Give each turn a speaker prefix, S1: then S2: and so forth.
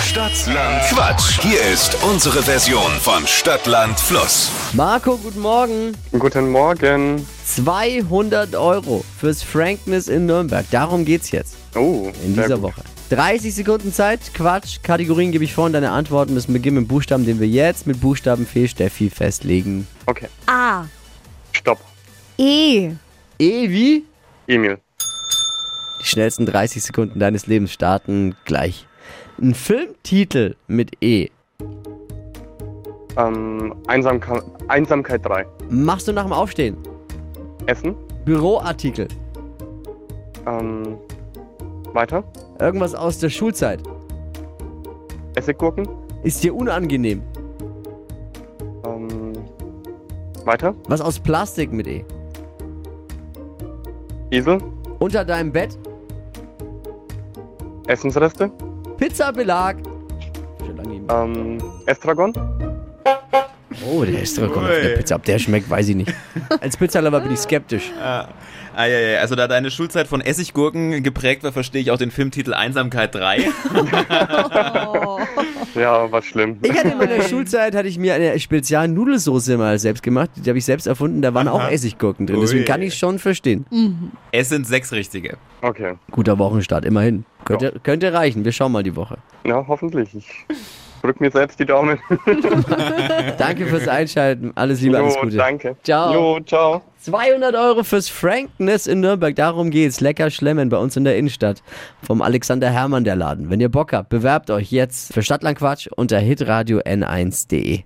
S1: Stadtland Quatsch. Hier ist unsere Version von Stadtland Fluss.
S2: Marco, guten Morgen.
S3: Guten Morgen.
S2: 200 Euro fürs Frankness in Nürnberg. Darum geht's jetzt
S3: Oh,
S2: in
S3: sehr
S2: dieser
S3: gut.
S2: Woche. 30 Sekunden Zeit, Quatsch, Kategorien gebe ich vor und deine Antworten müssen beginnen mit Buchstaben, den wir jetzt mit Buchstabenfee Steffi festlegen.
S3: Okay,
S4: A.
S3: stopp.
S4: E.
S2: E wie?
S3: Emil.
S2: Die schnellsten 30 Sekunden deines Lebens starten gleich. Ein Filmtitel mit E.
S3: Ähm, Einsamka Einsamkeit 3.
S2: Machst du nach dem Aufstehen?
S3: Essen.
S2: Büroartikel.
S3: Ähm, weiter.
S2: Irgendwas aus der Schulzeit.
S3: Essiggurken.
S2: Ist dir unangenehm?
S3: Ähm, weiter.
S2: Was aus Plastik mit E?
S3: Esel.
S2: Unter deinem Bett?
S3: Essensreste.
S2: Pizzabelag. Schon lange nicht mehr.
S3: Ähm, Estragon.
S2: Oh, der ist zurück auf der
S5: Ui.
S2: Pizza. Ob der schmeckt, weiß ich nicht. Als Pizzalover bin ich skeptisch.
S5: Ah, ja, ja, also da deine Schulzeit von Essiggurken geprägt war, verstehe ich auch den Filmtitel Einsamkeit 3.
S3: Ja, war schlimm.
S2: Ich hatte in meiner Schulzeit hatte ich mir eine Spezial-Nudelsoße mal selbst gemacht. Die habe ich selbst erfunden. Da waren auch Essiggurken drin. Deswegen
S5: Ui.
S2: kann ich schon verstehen.
S5: es sind sechs richtige.
S3: Okay.
S2: Guter Wochenstart, immerhin. Könnte, könnte reichen. Wir schauen mal die Woche.
S3: Ja, hoffentlich. Ich drück mir selbst die Daumen.
S2: Danke fürs Einschalten. Alles Liebe, alles
S3: jo,
S2: Gute.
S3: danke.
S2: Ciao.
S3: Jo, ciao.
S2: 200 Euro fürs Frankness in Nürnberg. Darum geht's. Lecker Schlemmen bei uns in der Innenstadt. Vom Alexander Hermann der Laden. Wenn ihr Bock habt, bewerbt euch jetzt für Stadtlandquatsch unter hitradio n1.de.